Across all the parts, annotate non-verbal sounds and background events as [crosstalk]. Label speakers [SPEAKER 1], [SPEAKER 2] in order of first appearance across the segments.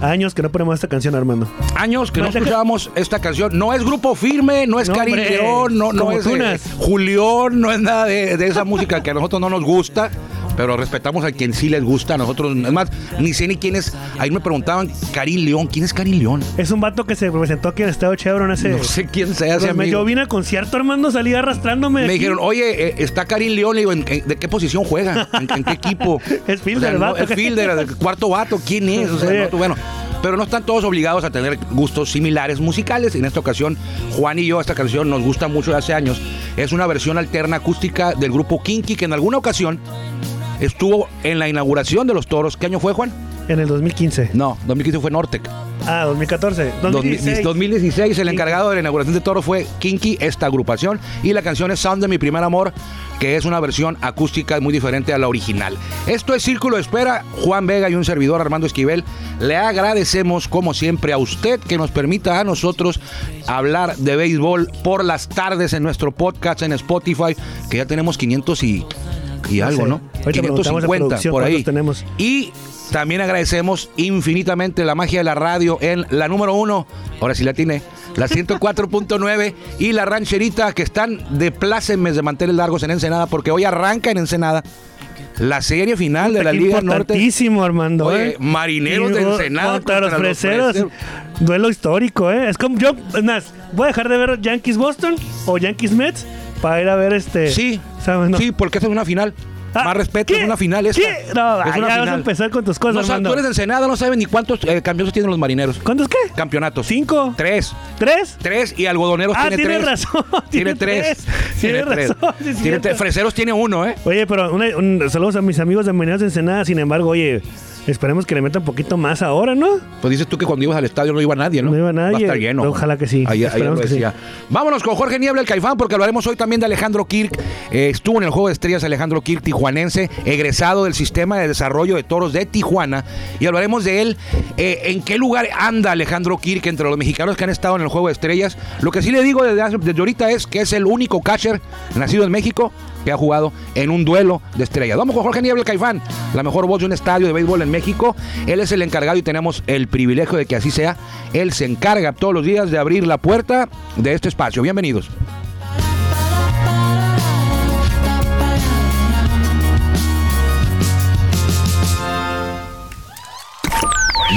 [SPEAKER 1] años que no ponemos esta canción, Armando.
[SPEAKER 2] Años que no
[SPEAKER 1] Más de-
[SPEAKER 2] escuchábamos esta canción. No es Grupo Firme, no es
[SPEAKER 1] Pues No, hombre,
[SPEAKER 2] Carileón, no, no
[SPEAKER 1] como
[SPEAKER 2] es
[SPEAKER 1] Tunas.
[SPEAKER 2] eh, Julión, no es nada de, de esa música que a nosotros no nos gusta. Pero respetamos a quien sí les gusta, a nosotros, es más, ni sé ni quién es. Ahí me preguntaban, Karim León, ¿quién es Karim León?
[SPEAKER 1] Es un vato que se presentó aquí en el estado de Chevron hace.
[SPEAKER 2] No sé quién sea ese
[SPEAKER 1] Me- Yo
[SPEAKER 2] amigo.
[SPEAKER 1] vine al concierto, Armando, salí arrastrándome. de
[SPEAKER 2] Me
[SPEAKER 1] aquí.
[SPEAKER 2] dijeron, oye, eh, está Karim León, le digo, ¿en qué- ¿de qué posición juega? ¿En, en qué equipo?
[SPEAKER 1] [laughs] Es fielder, el vato.
[SPEAKER 2] Es fielder, el cuarto vato, ¿quién es? O sea,
[SPEAKER 1] Oye.
[SPEAKER 2] no, tú- bueno. Pero no están todos obligados a tener gustos similares musicales. En esta ocasión, Juan y yo, esta canción nos gusta mucho de hace años. Es una versión alterna acústica del grupo Kinky, que en alguna ocasión estuvo en la inauguración de los toros. ¿Qué año fue, Juan?
[SPEAKER 1] En el 2015.
[SPEAKER 2] No, 2015 fue Nortec.
[SPEAKER 1] Ah, 2014. 2016.
[SPEAKER 2] 2016. 2016, el encargado de la inauguración de Toro fue Kinky, esta agrupación, y la canción es Sound de mi primer amor, que es una versión acústica muy diferente a la original. Esto es Círculo de Espera, Juan Vega y un servidor Armando Esquivel. Le agradecemos, como siempre, a usted que nos permita a nosotros hablar de béisbol por las tardes en nuestro podcast en Spotify, que ya tenemos 500 y, y
[SPEAKER 1] No
[SPEAKER 2] algo,
[SPEAKER 1] sé.
[SPEAKER 2] ¿no?
[SPEAKER 1] Ahorita preguntamos a producción
[SPEAKER 2] por ahí.
[SPEAKER 1] cuántos tenemos.
[SPEAKER 2] Y también agradecemos infinitamente la magia de la radio en la número uno, ahora sí la tiene, la 104.9 y la rancherita que están de plácemes de manteles largos en Ensenada porque hoy arranca en Ensenada la serie final de la
[SPEAKER 1] Qué
[SPEAKER 2] Liga Norte.
[SPEAKER 1] importantísimo, Armando.
[SPEAKER 2] Oye,
[SPEAKER 1] ¿eh?
[SPEAKER 2] marineros de
[SPEAKER 1] Y, uh,
[SPEAKER 2] Ensenada
[SPEAKER 1] Contra los
[SPEAKER 2] contra los
[SPEAKER 1] freseros. Duelo histórico, ¿eh? Es como yo, es más, voy a dejar de ver Yankees Boston o Yankees Mets para ir a ver este.
[SPEAKER 2] Sí,
[SPEAKER 1] ¿sabes? No.
[SPEAKER 2] sí, porque esta es una final.
[SPEAKER 1] Ah,
[SPEAKER 2] Más respeto,
[SPEAKER 1] ¿qué?
[SPEAKER 2] es una final esta.
[SPEAKER 1] ¿Qué? No,
[SPEAKER 2] es
[SPEAKER 1] ya
[SPEAKER 2] una
[SPEAKER 1] vas a
[SPEAKER 2] final.
[SPEAKER 1] empezar con tus cosas,
[SPEAKER 2] No, sabes,
[SPEAKER 1] Armando.
[SPEAKER 2] tú eres de Ensenada, no saben ni cuántos eh, campeonatos tienen los marineros.
[SPEAKER 1] ¿Cuántos qué?
[SPEAKER 2] Campeonatos.
[SPEAKER 1] ¿Cinco?
[SPEAKER 2] Tres.
[SPEAKER 1] ¿Tres?
[SPEAKER 2] Tres y algodoneros
[SPEAKER 1] Ah,
[SPEAKER 2] tiene
[SPEAKER 1] tienes
[SPEAKER 2] tres.
[SPEAKER 1] razón,
[SPEAKER 2] [laughs]
[SPEAKER 1] tiene
[SPEAKER 2] Tiene tres.
[SPEAKER 1] tres. Tienes razón, sí, es
[SPEAKER 2] Tiene
[SPEAKER 1] cierto.
[SPEAKER 2] tres. Freseros tiene uno, ¿eh?
[SPEAKER 1] Oye, pero una- un, saludos a mis amigos de Marineros de Ensenada. Sin embargo, oye, esperemos que le metan un poquito más ahora, ¿no?
[SPEAKER 2] Pues dices tú que cuando ibas al estadio no iba nadie, ¿no?
[SPEAKER 1] No iba nadie.
[SPEAKER 2] Va a estar lleno.
[SPEAKER 1] Ojalá que sí.
[SPEAKER 2] Ahí, ahí
[SPEAKER 1] Esperemos
[SPEAKER 2] lo
[SPEAKER 1] que sí.
[SPEAKER 2] decía. Vámonos con Jorge Niebla, el Caifán, porque hablaremos hoy también de Alejandro Kirk. Eh, estuvo en el Juego de Estrellas Alejandro Kirk, tijuanense, egresado del Sistema de Desarrollo de Toros de Tijuana. Y hablaremos de él, eh, en qué lugar anda Alejandro Kirk entre los mexicanos que han estado en el Juego de Estrellas. Lo que sí le digo desde, hace- desde ahorita es que es el único catcher nacido en México que ha jugado en un duelo de estrellas. Vamos con Jorge Niebla el Caifán, la mejor voz de un estadio de béisbol en México. Él es el encargado y tenemos el privilegio de que así sea. Él se encarga todos los días de abrir la puerta de este espacio. Bienvenidos.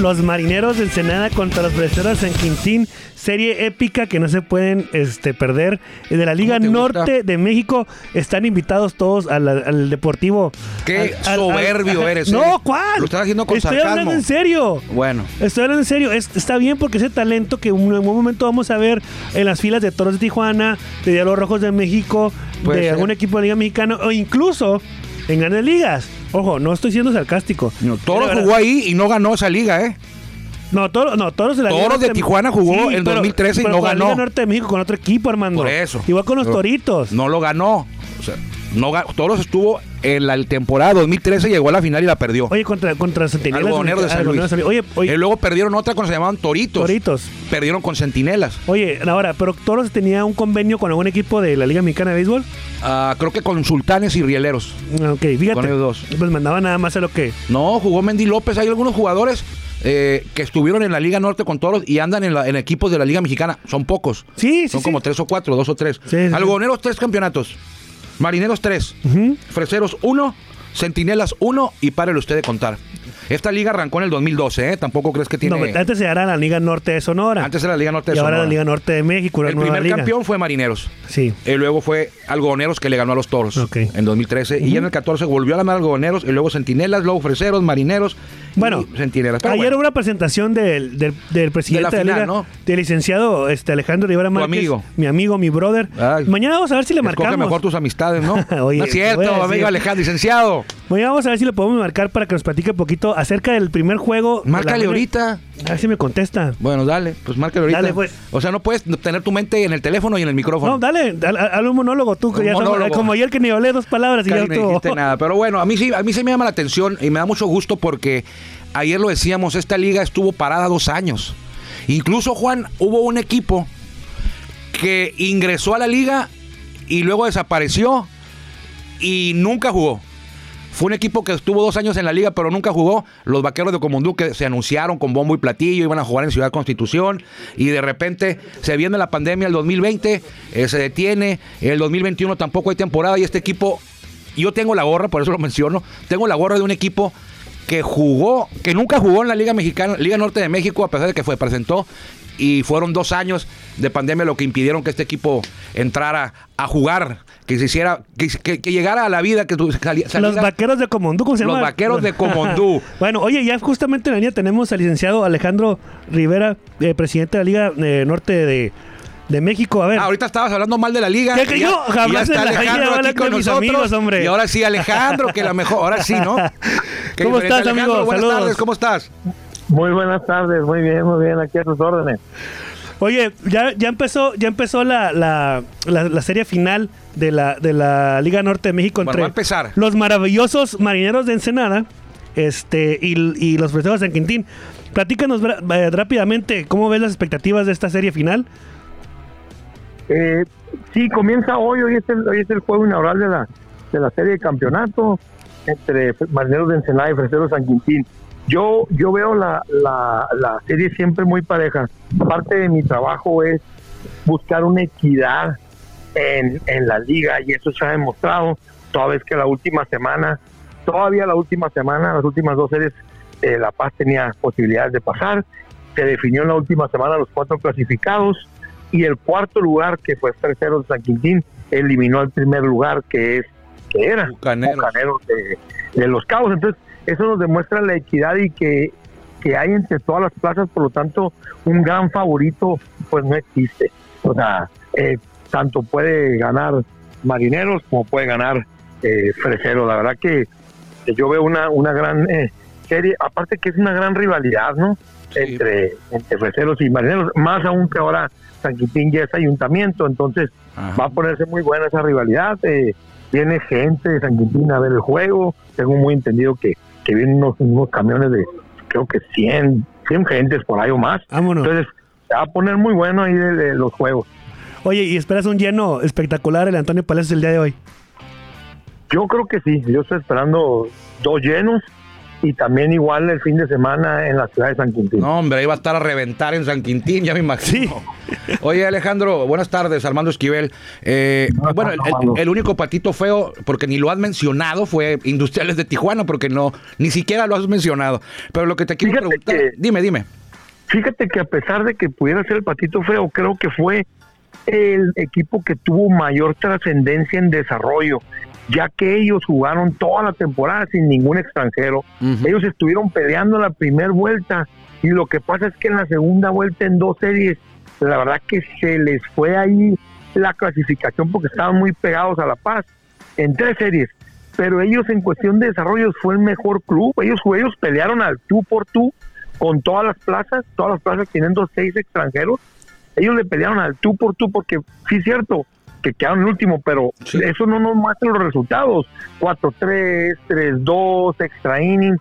[SPEAKER 1] Los marineros de Ensenada contra los freseros en Quintín. Serie épica que no se pueden este, perder. Eh, De la Liga
[SPEAKER 2] te gusta?
[SPEAKER 1] Norte de México. Están invitados todos a la- al deportivo.
[SPEAKER 2] Qué
[SPEAKER 1] Al- al-
[SPEAKER 2] soberbio
[SPEAKER 1] ajá.
[SPEAKER 2] eres, eh.
[SPEAKER 1] No, ¿cuál?
[SPEAKER 2] Lo estás haciendo con
[SPEAKER 1] Estoy
[SPEAKER 2] sarcasmo.
[SPEAKER 1] hablando en serio.
[SPEAKER 2] Bueno.
[SPEAKER 1] Estoy hablando en serio, es- está bien porque ese talento que un- en un momento vamos a ver en las filas de Toros de Tijuana, de Diablos Rojos de México,
[SPEAKER 2] Puede
[SPEAKER 1] de
[SPEAKER 2] ser.
[SPEAKER 1] algún equipo de Liga Mexicana o incluso en grandes ligas. Ojo, no estoy siendo sarcástico.
[SPEAKER 2] No,
[SPEAKER 1] La
[SPEAKER 2] Toros
[SPEAKER 1] verdad-
[SPEAKER 2] jugó ahí y no ganó esa liga, ¿eh?
[SPEAKER 1] No, Toros, no, Toros de la
[SPEAKER 2] Toros de
[SPEAKER 1] Norte-
[SPEAKER 2] Tijuana jugó en
[SPEAKER 1] pero-
[SPEAKER 2] 2013 y
[SPEAKER 1] pero
[SPEAKER 2] no
[SPEAKER 1] con la
[SPEAKER 2] ganó.
[SPEAKER 1] Liga Norte de México con otro equipo, Armando.
[SPEAKER 2] Por eso.
[SPEAKER 1] Igual con los
[SPEAKER 2] Pero-
[SPEAKER 1] Toritos.
[SPEAKER 2] No lo ganó. O sea, no ga- Toros estuvo en la temporada 2013, llegó a la final y la perdió.
[SPEAKER 1] Oye, contra, contra Centinela.
[SPEAKER 2] Algodonero de San Luis.
[SPEAKER 1] Oye, oye,
[SPEAKER 2] Y luego perdieron otra cuando se llamaban Toritos.
[SPEAKER 1] Toritos.
[SPEAKER 2] Perdieron con Centinelas.
[SPEAKER 1] Oye, ahora, pero Toros tenía un convenio con algún equipo de la Liga Mexicana de Béisbol.
[SPEAKER 2] Ah, creo que con Sultanes y Rieleros.
[SPEAKER 1] Ah, Ok, fíjate.
[SPEAKER 2] Con ellos dos.
[SPEAKER 1] Pues mandaba nada más a lo que.
[SPEAKER 2] No, jugó Mendy López. Hay algunos jugadores eh, que estuvieron en la Liga Norte con Toros y andan en, la- en equipos de la Liga Mexicana. Son pocos.
[SPEAKER 1] Sí, sí,
[SPEAKER 2] Son
[SPEAKER 1] sí.
[SPEAKER 2] como tres o cuatro, dos o tres.
[SPEAKER 1] Sí, sí.
[SPEAKER 2] Algoneros, tres campeonatos. Marineros, tres.
[SPEAKER 1] Ujú.
[SPEAKER 2] Freseros, uno. Centinelas, uno. Y párele usted de contar. Esta liga arrancó en el 2012, ¿eh? Tampoco crees que tiene...
[SPEAKER 1] No, pero antes era la Liga Norte de Sonora.
[SPEAKER 2] Antes era la Liga Norte de
[SPEAKER 1] Y ahora
[SPEAKER 2] Sonora.
[SPEAKER 1] la Liga Norte de México, una
[SPEAKER 2] el
[SPEAKER 1] nueva
[SPEAKER 2] primer
[SPEAKER 1] liga.
[SPEAKER 2] campeón fue Marineros.
[SPEAKER 1] Sí.
[SPEAKER 2] Y Eh, luego fue Algodoneros que le ganó a los Toros
[SPEAKER 1] Ok.
[SPEAKER 2] en 2013. Y ya en el 14 volvió a ganar Algodoneros. Y luego Centinelas, luego Freseros, Marineros. y
[SPEAKER 1] Bueno,
[SPEAKER 2] Centinelas. Pero
[SPEAKER 1] ayer
[SPEAKER 2] bueno.
[SPEAKER 1] hubo una presentación del, del, del presidente
[SPEAKER 2] De
[SPEAKER 1] de
[SPEAKER 2] la
[SPEAKER 1] la, Liga,
[SPEAKER 2] final, ¿no?
[SPEAKER 1] del licenciado este, Alejandro Rivera Márquez.
[SPEAKER 2] amigo.
[SPEAKER 1] Mi amigo, mi brother.
[SPEAKER 2] Ay.
[SPEAKER 1] Mañana vamos a ver si le
[SPEAKER 2] Escoge
[SPEAKER 1] marcamos.
[SPEAKER 2] mejor tus amistades, ¿no?
[SPEAKER 1] [laughs] Oye, Pues
[SPEAKER 2] no es
[SPEAKER 1] te voy a
[SPEAKER 2] cierto,
[SPEAKER 1] decir.
[SPEAKER 2] amigo Alejandro, licenciado.
[SPEAKER 1] Mañana vamos a ver si le podemos marcar para que nos platique un poquito Beto, acerca del primer juego. de la
[SPEAKER 2] Márcale
[SPEAKER 1] Mole-
[SPEAKER 2] ahorita.
[SPEAKER 1] A ver si me contesta.
[SPEAKER 2] Bueno, dale, pues márcale ahorita.
[SPEAKER 1] Dale, pues.
[SPEAKER 2] O sea, no puedes tener tu mente en el teléfono y en el micrófono.
[SPEAKER 1] No, dale, dale, haz un monólogo tú, que
[SPEAKER 2] Un
[SPEAKER 1] ya sabes,
[SPEAKER 2] monólogo.
[SPEAKER 1] como ayer que ni hablé dos palabras y
[SPEAKER 2] Casi
[SPEAKER 1] ya
[SPEAKER 2] no
[SPEAKER 1] estuvo.
[SPEAKER 2] dijiste nada. Pero bueno, a mí sí, a mí sí me llama la atención y me da mucho gusto porque ayer lo decíamos, esta liga estuvo parada dos años. Incluso, Juan, hubo un equipo que ingresó a la liga y luego desapareció y nunca jugó. Fue un equipo que estuvo dos años en la liga, pero nunca jugó. Los vaqueros de Comondú que se anunciaron con bombo y platillo, iban a jugar en Ciudad Constitución. Y de repente se viene la pandemia el 2020, eh, se detiene. El 2021 tampoco hay temporada. Y este equipo, yo tengo la gorra, por eso lo menciono. Tengo la gorra de un equipo que jugó, que nunca jugó en la Liga Mexicana, Liga Norte de México, a pesar de que fue, presentó. Y fueron dos años de pandemia lo que impidieron que este equipo entrara a jugar, que se hiciera, que, que- que llegara a la vida, que tu- sali-
[SPEAKER 1] Los
[SPEAKER 2] saliera-
[SPEAKER 1] vaqueros de Comondú, ¿cómo se
[SPEAKER 2] Los
[SPEAKER 1] llama? [laughs]
[SPEAKER 2] vaqueros de Comondú.
[SPEAKER 1] bueno, oye, ya justamente en la línea tenemos al licenciado Alejandro Rivera, eh, presidente de la Liga eh, Norte de, de México. A ver,
[SPEAKER 2] Ah, ahorita estabas hablando mal de la liga.
[SPEAKER 1] Ya que
[SPEAKER 2] y
[SPEAKER 1] yo
[SPEAKER 2] y
[SPEAKER 1] jamás en la vida hablan de mis amigos, hombre.
[SPEAKER 2] Y ahora sí, Alejandro, que la mejor. Ahora sí,
[SPEAKER 1] [laughs]
[SPEAKER 2] ¿no? Qué
[SPEAKER 1] ¿Cómo
[SPEAKER 2] diferente,
[SPEAKER 1] estás, amigo?
[SPEAKER 2] Buenas
[SPEAKER 1] Saludos.
[SPEAKER 2] tardes, ¿cómo estás?
[SPEAKER 3] Muy buenas tardes, muy bien, muy bien, aquí a sus órdenes.
[SPEAKER 1] oye, ya, ya empezó, ya empezó la, la, la- la serie final de la, de la Liga Norte de México
[SPEAKER 2] Bueno,
[SPEAKER 1] entre
[SPEAKER 2] va a empezar.
[SPEAKER 1] los maravillosos marineros de Ensenada este, y, y los frescos de San Quintín. Platícanos bra- eh, rápidamente cómo ves las expectativas de esta serie final.
[SPEAKER 3] Eh, sí, comienza hoy, hoy es, el, hoy es el juego inaugural de la, de la serie de campeonato entre Marineros de Ensenada y Freseros San Quintín. Yo, yo veo la, la, la serie siempre muy pareja. Parte de mi trabajo es buscar una equidad en, en la liga y eso se ha demostrado toda vez que la última semana, todavía la última semana, las últimas dos series, eh, La Paz tenía posibilidades de pasar. Se definió en la última semana los cuatro clasificados y el cuarto lugar que fue tercero de San Quintín eliminó al primer lugar que es que era
[SPEAKER 2] Bucaneros.
[SPEAKER 3] Bucaneros de, de los Cabos. Entonces eso nos demuestra la equidad y que que hay entre todas las plazas, por lo tanto, un gran favorito, pues no existe. O sea, eh, tanto puede ganar Marineros como puede ganar eh, Fresero. La verdad que, que yo veo una, una gran eh, serie, aparte que es una gran rivalidad, ¿no?
[SPEAKER 2] Sí.
[SPEAKER 3] Entre, entre Freseros y Marineros, más aún que ahora San Quintín ya es ayuntamiento, entonces
[SPEAKER 2] Ajá.
[SPEAKER 3] va a ponerse muy buena esa rivalidad. eh, viene gente de San Quintín a ver el juego. Tengo muy entendido que, que vienen unos, unos camiones de, creo que 100, 100 gentes por ahí o más.
[SPEAKER 1] Vámonos.
[SPEAKER 3] Entonces, se va a poner muy bueno ahí de, de los juegos.
[SPEAKER 1] Oye, y esperas un lleno espectacular el Antonio Palacios el día de hoy.
[SPEAKER 3] Yo creo que sí. Yo estoy esperando dos llenos y también igual el fin de semana en la ciudad de San Quintín.
[SPEAKER 2] No, hombre, iba a estar a reventar en San Quintín, ya me imagino. [laughs] Oye, Alejandro, buenas tardes, Armando Esquivel. Eh,
[SPEAKER 3] Buenas
[SPEAKER 2] bueno, el,
[SPEAKER 3] tardes, Armando.
[SPEAKER 2] el único patito feo, porque ni lo has mencionado, fue Industriales de Tijuana, porque no, ni siquiera lo has mencionado. Pero lo que te quiero
[SPEAKER 3] Fíjate
[SPEAKER 2] preguntar,
[SPEAKER 3] que-
[SPEAKER 2] dime, dime.
[SPEAKER 3] Fíjate que a pesar de que pudiera ser el patito feo, creo que fue el equipo que tuvo mayor trascendencia en desarrollo, ya que ellos jugaron toda la temporada sin ningún extranjero.
[SPEAKER 2] Ujú.
[SPEAKER 3] Ellos estuvieron peleando la primera vuelta y lo que pasa es que en la segunda vuelta en dos series, la verdad que se les fue ahí la clasificación porque estaban muy pegados a La Paz en tres series. Pero ellos en cuestión de desarrollo fue el mejor club. Ellos, ellos pelearon al tú por tú con todas las plazas. Todas las plazas teniendo seis extranjeros. Ellos le pelearon al tú por tú porque sí es cierto que quedaron el último, pero
[SPEAKER 2] Sí.
[SPEAKER 3] eso no nos muestra los resultados. 4-3, 3-2, extra inning.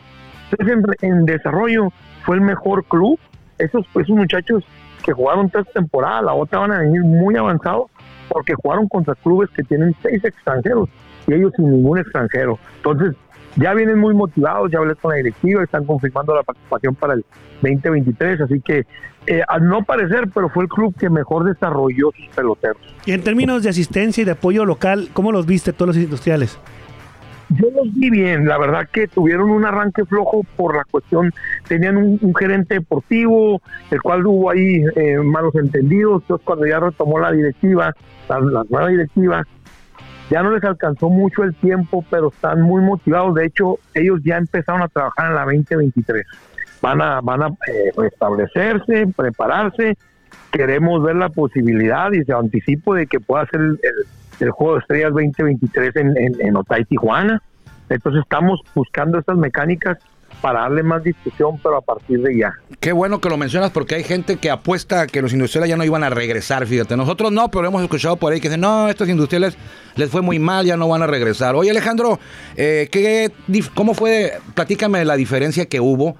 [SPEAKER 3] Entonces en, en desarrollo fue el mejor club. Esos, esos muchachos que jugaron tres temporadas, la otra van a venir muy avanzados porque jugaron contra clubes que tienen seis extranjeros y ellos sin ningún extranjero. Entonces, ya vienen muy motivados, ya hablé con la directiva, están confirmando la participación para el 2023, así que eh, a no parecer, pero fue el club que mejor desarrolló sus peloteros.
[SPEAKER 1] Y en términos de asistencia y de apoyo local, ¿cómo los viste todos los industriales?
[SPEAKER 3] Yo los vi bien, la verdad que tuvieron un arranque flojo por la cuestión, tenían un, un gerente deportivo, el cual hubo ahí eh, malos entendidos, entonces cuando ya retomó la directiva, la, la nueva directiva, ya no les alcanzó mucho el tiempo, pero están muy motivados, de hecho ellos ya empezaron a trabajar en la 2023, van a, van a eh, restablecerse, prepararse, queremos ver la posibilidad y se anticipo de que pueda ser el, el- el juego de estrellas 2023 en, en, en Otay, Tijuana. Entonces estamos buscando estas mecánicas para darle más discusión, pero a partir de ya.
[SPEAKER 2] Qué bueno que lo mencionas porque hay gente que apuesta a que los industriales ya no iban a regresar, fíjate. Nosotros no, pero hemos escuchado por ahí que dicen, no, estos industriales les fue muy mal, ya no van a regresar. Oye Alejandro, eh, ¿qué, dif- ¿cómo fue? Platícame la diferencia que hubo.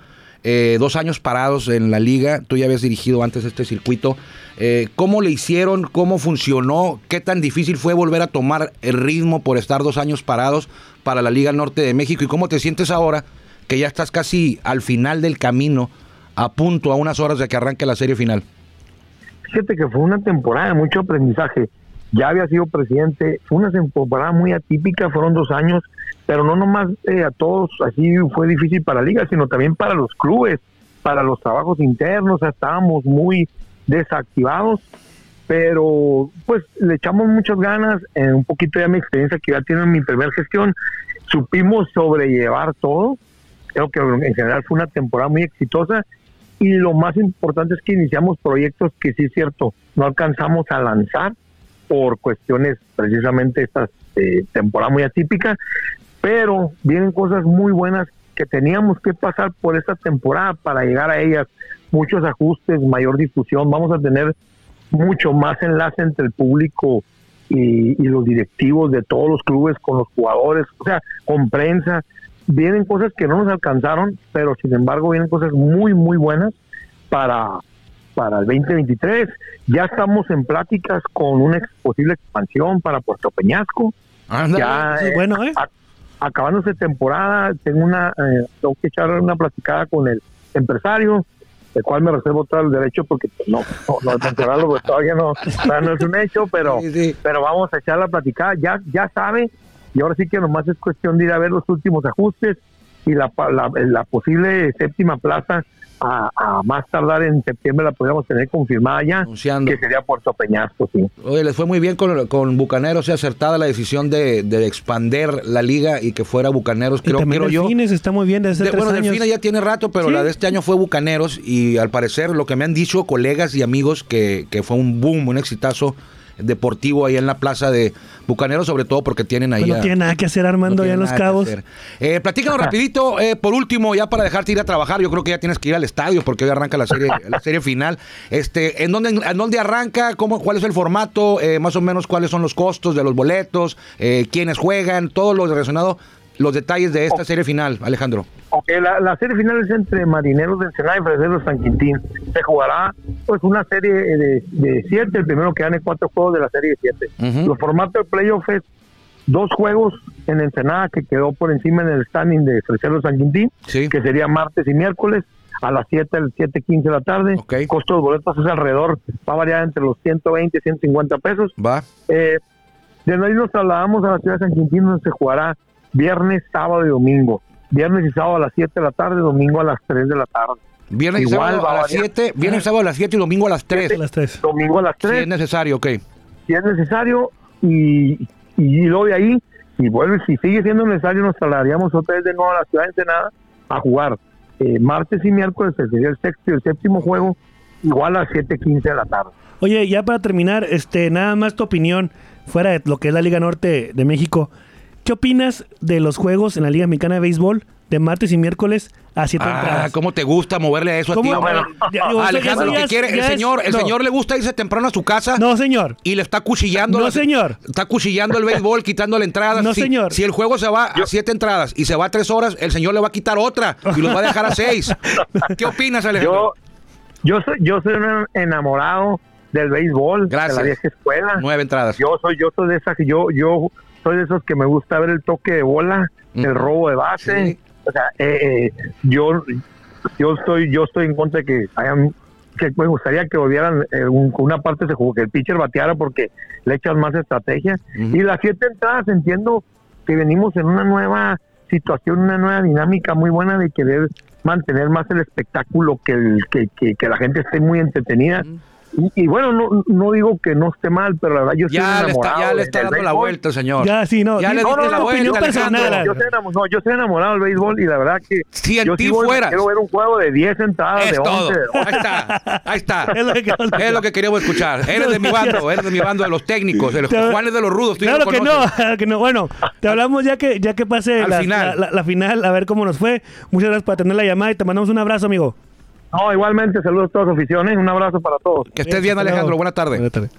[SPEAKER 2] eh, dos años parados en la liga, tú ya habías dirigido antes este circuito. Eh, ¿Cómo le hicieron? ¿Cómo funcionó? ¿Qué tan difícil fue volver a tomar el ritmo por estar dos años parados para la Liga Norte de México? ¿Y cómo te sientes ahora que ya estás casi al final del camino, a punto, a unas horas de que arranque la serie final.
[SPEAKER 3] Fíjate que fue una temporada de mucho aprendizaje. Ya había sido presidente, fue una temporada muy atípica, fueron dos años, pero no nomás eh, a todos, así fue difícil para la liga, sino también para los clubes, para los trabajos internos, o sea, estábamos muy desactivados, pero pues le echamos muchas ganas, eh, un poquito ya mi experiencia que ya tiene en mi primer gestión, supimos sobrellevar todo, creo que en general fue una temporada muy exitosa y lo más importante es que iniciamos proyectos que sí es cierto, no alcanzamos a lanzar por cuestiones precisamente estas eh, temporada muy atípica, pero vienen cosas muy buenas que teníamos que pasar por esta temporada para llegar a ellas, muchos ajustes, mayor difusión, vamos a tener mucho más enlace entre el público y, y los directivos de todos los clubes con los jugadores, o sea, con prensa. Vienen cosas que no nos alcanzaron, pero sin embargo vienen cosas muy, muy buenas para, para el 2023. Ya estamos en pláticas con una ex- posible expansión para Puerto Peñasco. Ya,
[SPEAKER 1] eso es
[SPEAKER 3] eh,
[SPEAKER 1] bueno, ¿eh?
[SPEAKER 3] a- acabándose temporada, tengo una, eh, tengo que echar una platicada con el empresario, el cual me reservo todo el derecho porque pues, no, no, no, censurarlo, porque todavía no, todavía no es un hecho, pero,
[SPEAKER 2] Sí, sí.
[SPEAKER 3] pero vamos a echar la platicada, ya, ya sabe, y ahora sí que nomás es cuestión de ir a ver los últimos ajustes y la, pa- la, la posible séptima plaza a, a más tardar en septiembre la podríamos tener confirmada ya,
[SPEAKER 2] Anunciando.
[SPEAKER 3] que sería Puerto Peñasco, sí.
[SPEAKER 2] Oye, les fue muy bien con, con Bucaneros, se acertada la decisión de, de expander la liga y que fuera Bucaneros,
[SPEAKER 1] Y
[SPEAKER 2] creo,
[SPEAKER 1] también
[SPEAKER 2] creo yo.
[SPEAKER 1] Delfines está muy bien desde hace
[SPEAKER 2] De-
[SPEAKER 1] tres
[SPEAKER 2] bueno,
[SPEAKER 1] años.
[SPEAKER 2] Delfina ya tiene rato, pero
[SPEAKER 1] Sí.
[SPEAKER 2] la de este año fue Bucaneros y al parecer lo que me han dicho colegas y amigos que, que fue un boom, un exitazo deportivo ahí en la plaza de Bucaneros, sobre todo porque tienen ahí
[SPEAKER 1] Pues no
[SPEAKER 2] a-
[SPEAKER 1] tiene nada que hacer
[SPEAKER 2] No
[SPEAKER 1] Armando
[SPEAKER 2] tiene
[SPEAKER 1] ya en Los
[SPEAKER 2] nada que
[SPEAKER 1] Cabos.
[SPEAKER 2] hacer. Eh, platícanos rapidito, eh, por último, ya para dejarte ir a trabajar, yo creo que ya tienes que ir al estadio porque hoy arranca la serie, la serie final. Este, ¿en dónde, en dónde arranca? ¿Cómo, ¿Cuál es el formato? Eh, más o menos, ¿cuáles son los costos de los boletos? Eh, ¿Quiénes juegan? Todo lo relacionado, los detalles de
[SPEAKER 1] Oh.
[SPEAKER 2] esta serie final, Alejandro.
[SPEAKER 3] Ok, la, la serie final es entre Marineros de Ensenada y Freseros San Quintín. Se jugará pues una serie de, de siete, el primero que gane cuatro juegos de la serie de siete.
[SPEAKER 2] Ujú.
[SPEAKER 3] Los formatos de playoff es dos juegos en Ensenada que quedó por encima en el standing de Freseros San Quintín,
[SPEAKER 2] Sí.
[SPEAKER 3] que sería martes y miércoles a las 7, el 7.15 de la tarde.
[SPEAKER 2] Ok.
[SPEAKER 3] Costo de los boletos es alrededor, va a variar entre los 120 y 150 pesos.
[SPEAKER 2] Va.
[SPEAKER 3] Eh, de ahí nos trasladamos a la ciudad de San Quintín, donde se jugará viernes, sábado y domingo. Viernes y sábado a las 7 de la tarde, domingo a las 3 de la tarde.
[SPEAKER 2] Viernes y
[SPEAKER 3] Igual
[SPEAKER 2] sábado
[SPEAKER 3] va
[SPEAKER 2] a
[SPEAKER 3] a
[SPEAKER 2] las
[SPEAKER 3] variar.
[SPEAKER 2] 7, viernes y sábado a las 7 y domingo a las 3.
[SPEAKER 1] Las tres.
[SPEAKER 3] Domingo a las
[SPEAKER 2] Si es
[SPEAKER 3] 3,
[SPEAKER 2] necesario, ok.
[SPEAKER 3] si es necesario, y, y luego de ahí, si vuelve, si sigue siendo necesario, nos trasladaríamos otra vez de nuevo a la ciudad de Ensenada a jugar eh, martes y miércoles, que sería el sexto y el séptimo juego, igual a las 7.15 de la tarde.
[SPEAKER 1] Oye, ya para terminar, este, nada más tu opinión, fuera de lo que es la Liga Norte de México. ¿Qué opinas de los juegos en la Liga Mexicana de Béisbol de martes y miércoles a siete
[SPEAKER 2] Ah,
[SPEAKER 1] entradas?
[SPEAKER 2] cómo te gusta moverle a eso a ti,
[SPEAKER 1] ¿Cómo?
[SPEAKER 2] hombre.
[SPEAKER 1] Ya, digo, eso-
[SPEAKER 2] Alejandro,
[SPEAKER 1] eso ya
[SPEAKER 2] ¿qué
[SPEAKER 1] es-
[SPEAKER 2] quiere? El
[SPEAKER 1] ya es-
[SPEAKER 2] señor, el
[SPEAKER 1] no.
[SPEAKER 2] señor le gusta irse temprano a su casa.
[SPEAKER 1] No, señor.
[SPEAKER 2] Y le está cuchillando.
[SPEAKER 1] No,
[SPEAKER 2] las-
[SPEAKER 1] señor.
[SPEAKER 2] Está cuchillando el béisbol, quitando la entrada.
[SPEAKER 1] [laughs] No,
[SPEAKER 2] si,
[SPEAKER 1] señor.
[SPEAKER 2] Si el juego se va a siete entradas y se va a tres horas, el señor le va a quitar otra y los va a dejar a
[SPEAKER 3] [laughs]
[SPEAKER 2] seis. ¿Qué opinas, Alejandro?
[SPEAKER 3] Yo, yo, soy, yo soy un enamorado del béisbol, de
[SPEAKER 2] Gracias.
[SPEAKER 3] la vieja escuela.
[SPEAKER 2] Nueve entradas.
[SPEAKER 3] Yo soy, yo soy de esas, yo, yo soy de esos que me gusta ver el toque de bola,
[SPEAKER 2] Ujú.
[SPEAKER 3] el robo de base.
[SPEAKER 2] Mm. Sí.
[SPEAKER 3] O sea, eh, eh, yo, yo estoy, yo estoy en contra de que hayan, que me gustaría que volvieran eh, un- con una parte se jugó que el pitcher bateara porque le echan más estrategia.
[SPEAKER 2] Ujú.
[SPEAKER 3] Y las siete entradas entiendo que venimos en una nueva situación, una nueva dinámica muy buena de querer mantener más el espectáculo que, el, que, que, que la gente esté muy entretenida Y, y bueno, no, no digo que no esté mal, pero la verdad yo estoy
[SPEAKER 2] Ya le está,
[SPEAKER 3] enamorado
[SPEAKER 2] ya le
[SPEAKER 3] del-
[SPEAKER 2] está
[SPEAKER 3] del
[SPEAKER 2] dando la
[SPEAKER 3] béisbol.
[SPEAKER 2] vuelta, señor.
[SPEAKER 1] Ya, sí, no.
[SPEAKER 2] Ya
[SPEAKER 1] sí,
[SPEAKER 2] le
[SPEAKER 1] no,
[SPEAKER 2] diste
[SPEAKER 1] no,
[SPEAKER 2] la
[SPEAKER 1] no,
[SPEAKER 2] vuelta,
[SPEAKER 1] opinión
[SPEAKER 2] Alejandro.
[SPEAKER 1] personal.
[SPEAKER 3] Yo estoy, enamorado, no, yo estoy enamorado del béisbol y la verdad que
[SPEAKER 2] Si en
[SPEAKER 3] yo
[SPEAKER 2] ti
[SPEAKER 3] sí voy-
[SPEAKER 2] fueras.
[SPEAKER 3] quiero ver un juego de 10 entradas, Ah, de
[SPEAKER 2] Es
[SPEAKER 3] 11,
[SPEAKER 2] todo.
[SPEAKER 3] de
[SPEAKER 2] Ahí está. Ahí está.
[SPEAKER 1] [laughs] Es lo que acabas de-
[SPEAKER 2] [laughs] Es lo que
[SPEAKER 1] [laughs]
[SPEAKER 2] queríamos escuchar. Eres de mi bando, eres de mi bando de los técnicos. El
[SPEAKER 1] Te-
[SPEAKER 2] Juan es de los rudos. Tú ya
[SPEAKER 1] Claro
[SPEAKER 2] lo
[SPEAKER 1] que no,
[SPEAKER 2] conoces.
[SPEAKER 1] claro [laughs] que no. Bueno, te hablamos ya que ya que pase
[SPEAKER 2] Al
[SPEAKER 1] la,
[SPEAKER 2] final.
[SPEAKER 1] La, la- la final, a ver cómo nos fue. Muchas gracias por atender la llamada y te mandamos un abrazo, amigo.
[SPEAKER 3] No, igualmente, saludos a todas las aficiones, un abrazo para todos.
[SPEAKER 2] Que estés bien, Alejandro. Buena tarde.
[SPEAKER 1] Buenas tardes.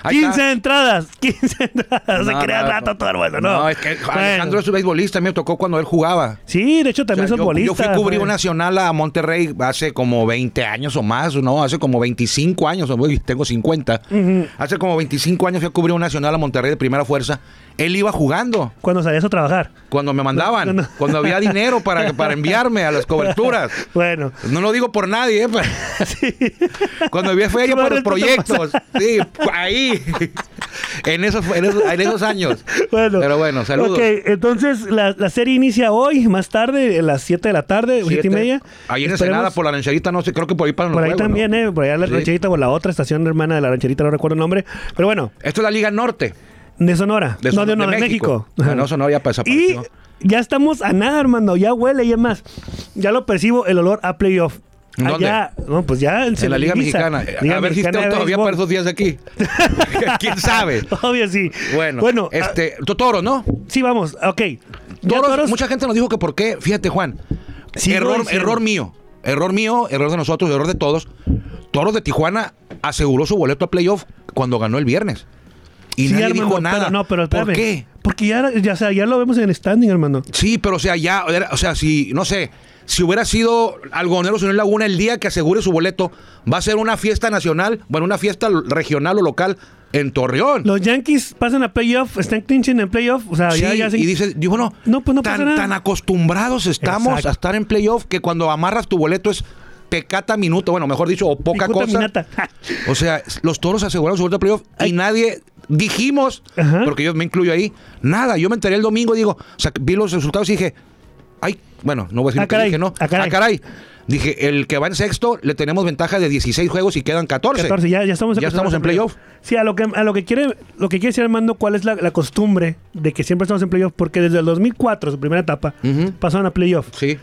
[SPEAKER 2] Ahí
[SPEAKER 1] 15
[SPEAKER 2] está.
[SPEAKER 1] entradas, [laughs] 15 entradas.
[SPEAKER 2] No,
[SPEAKER 1] Se crea
[SPEAKER 2] no,
[SPEAKER 1] rato
[SPEAKER 2] no.
[SPEAKER 1] todo el mundo, ¿no?
[SPEAKER 2] es que
[SPEAKER 1] Bueno.
[SPEAKER 2] Alejandro es un beisbolista. A mí me tocó cuando él jugaba.
[SPEAKER 1] Sí, de hecho
[SPEAKER 2] O sea,
[SPEAKER 1] también
[SPEAKER 2] yo-
[SPEAKER 1] son bolistas.
[SPEAKER 2] Yo fui cubrido
[SPEAKER 1] güey.
[SPEAKER 2] nacional a Monterrey hace como 20 años o más, no, hace como 25 años, güey, tengo 50. Hace como 25 años fui a cubrir un nacional a Monterrey de primera fuerza. Él iba jugando
[SPEAKER 1] Cuando salías a trabajar.
[SPEAKER 2] cuando me mandaban,
[SPEAKER 1] No, no.
[SPEAKER 2] cuando había dinero para, para enviarme a las coberturas.
[SPEAKER 1] Bueno.
[SPEAKER 2] No lo digo por nadie, ¿eh? pero-
[SPEAKER 1] [laughs] Sí.
[SPEAKER 2] Cuando había fue
[SPEAKER 1] Tú
[SPEAKER 2] yo por los
[SPEAKER 1] eres tu
[SPEAKER 2] proyectos. Sí, ahí. en, esos, en, esos, en esos años.
[SPEAKER 1] Bueno.
[SPEAKER 2] Pero bueno, saludos.
[SPEAKER 1] Ok, entonces la, la serie inicia hoy, más tarde, a las 7 de la tarde, 7 y
[SPEAKER 2] Siete.
[SPEAKER 1] media.
[SPEAKER 2] Ahí en
[SPEAKER 1] Esperemos-
[SPEAKER 2] Ensenada, por la rancherita, no sé, creo que por ahí para
[SPEAKER 1] Por ahí también, ¿eh? Por allá la
[SPEAKER 2] Sí.
[SPEAKER 1] rancherita o la otra estación hermana de la rancherita, no recuerdo el nombre. Pero bueno,
[SPEAKER 2] Esto es la Liga Norte.
[SPEAKER 1] de Sonora.
[SPEAKER 2] De
[SPEAKER 1] no,
[SPEAKER 2] Son-
[SPEAKER 1] de,
[SPEAKER 2] de
[SPEAKER 1] Sonora, de México.
[SPEAKER 2] México. Ah, no, Sonora ya pasa,
[SPEAKER 1] Y
[SPEAKER 2] apareció.
[SPEAKER 1] ya estamos a nada, Armando. Ya huele y es más. Ya lo percibo el olor a playoff.
[SPEAKER 2] ¿En dónde?
[SPEAKER 1] Allá, no, pues ya
[SPEAKER 2] en la Liga Mexicana. a ver si está todavía
[SPEAKER 1] [laughs]
[SPEAKER 2] para esos días aquí. ¿Quién sabe?
[SPEAKER 1] Obvio, sí.
[SPEAKER 2] Bueno,
[SPEAKER 1] bueno este...
[SPEAKER 2] este, Totoro, ¿no?
[SPEAKER 1] sí, vamos, ok. Ya
[SPEAKER 2] Toros,
[SPEAKER 1] Toros-
[SPEAKER 2] mucha gente nos dijo que por qué, fíjate Juan,
[SPEAKER 1] Sigo
[SPEAKER 2] error,
[SPEAKER 1] diciendo.
[SPEAKER 2] error mío, error mío, error de nosotros, error de todos. Toros de Tijuana aseguró su boleto a playoff cuando ganó el viernes. Y
[SPEAKER 1] Sí,
[SPEAKER 2] nadie
[SPEAKER 1] Armando,
[SPEAKER 2] dijo nada.
[SPEAKER 1] pero no, pero
[SPEAKER 2] ¿Por
[SPEAKER 1] espérame.
[SPEAKER 2] qué?
[SPEAKER 1] Porque ya, ya, o sea, ya lo vemos en el standing, hermano.
[SPEAKER 2] Sí, pero o sea, ya, era- o sea, si, no sé, si hubiera sido Algoneros Unión Laguna el día que asegure su boleto, va a ser una fiesta nacional, bueno, una fiesta regional o local en Torreón.
[SPEAKER 1] Los Yankees pasan a playoff, están clinching en playoff. O sea,
[SPEAKER 2] Sí,
[SPEAKER 1] ya, ya se-
[SPEAKER 2] y dices, digo, no,
[SPEAKER 1] No, pues no pasa
[SPEAKER 2] tan,
[SPEAKER 1] nada.
[SPEAKER 2] tan acostumbrados estamos
[SPEAKER 1] Exacto.
[SPEAKER 2] a estar en playoff que cuando amarras tu boleto es pecata minuto, bueno, mejor dicho, o poca
[SPEAKER 1] Picuta
[SPEAKER 2] cosa. Pues
[SPEAKER 1] minata.
[SPEAKER 2] [laughs] O sea, los toros aseguraron su boleto a playoff y nadie dijimos,
[SPEAKER 1] Ajá.
[SPEAKER 2] porque yo me incluyo ahí, nada. Yo me enteré el domingo, digo, o sea, vi los resultados y dije, ay, bueno, no voy a decir
[SPEAKER 1] Ah,
[SPEAKER 2] lo que
[SPEAKER 1] caray,
[SPEAKER 2] dije, no.
[SPEAKER 1] ah, caray.
[SPEAKER 2] Ah, Dije, el que va en sexto le tenemos ventaja de 16 juegos y quedan 14.
[SPEAKER 1] 14, ya, ya estamos
[SPEAKER 2] Ya estamos en playoff.
[SPEAKER 1] Sí, a lo que a lo que quiere lo que quiere decir Armando cuál es la, la costumbre de que siempre estamos en playoff porque desde el 2004, su primera etapa,
[SPEAKER 2] Ujú.
[SPEAKER 1] pasaron a playoff.
[SPEAKER 2] Sí.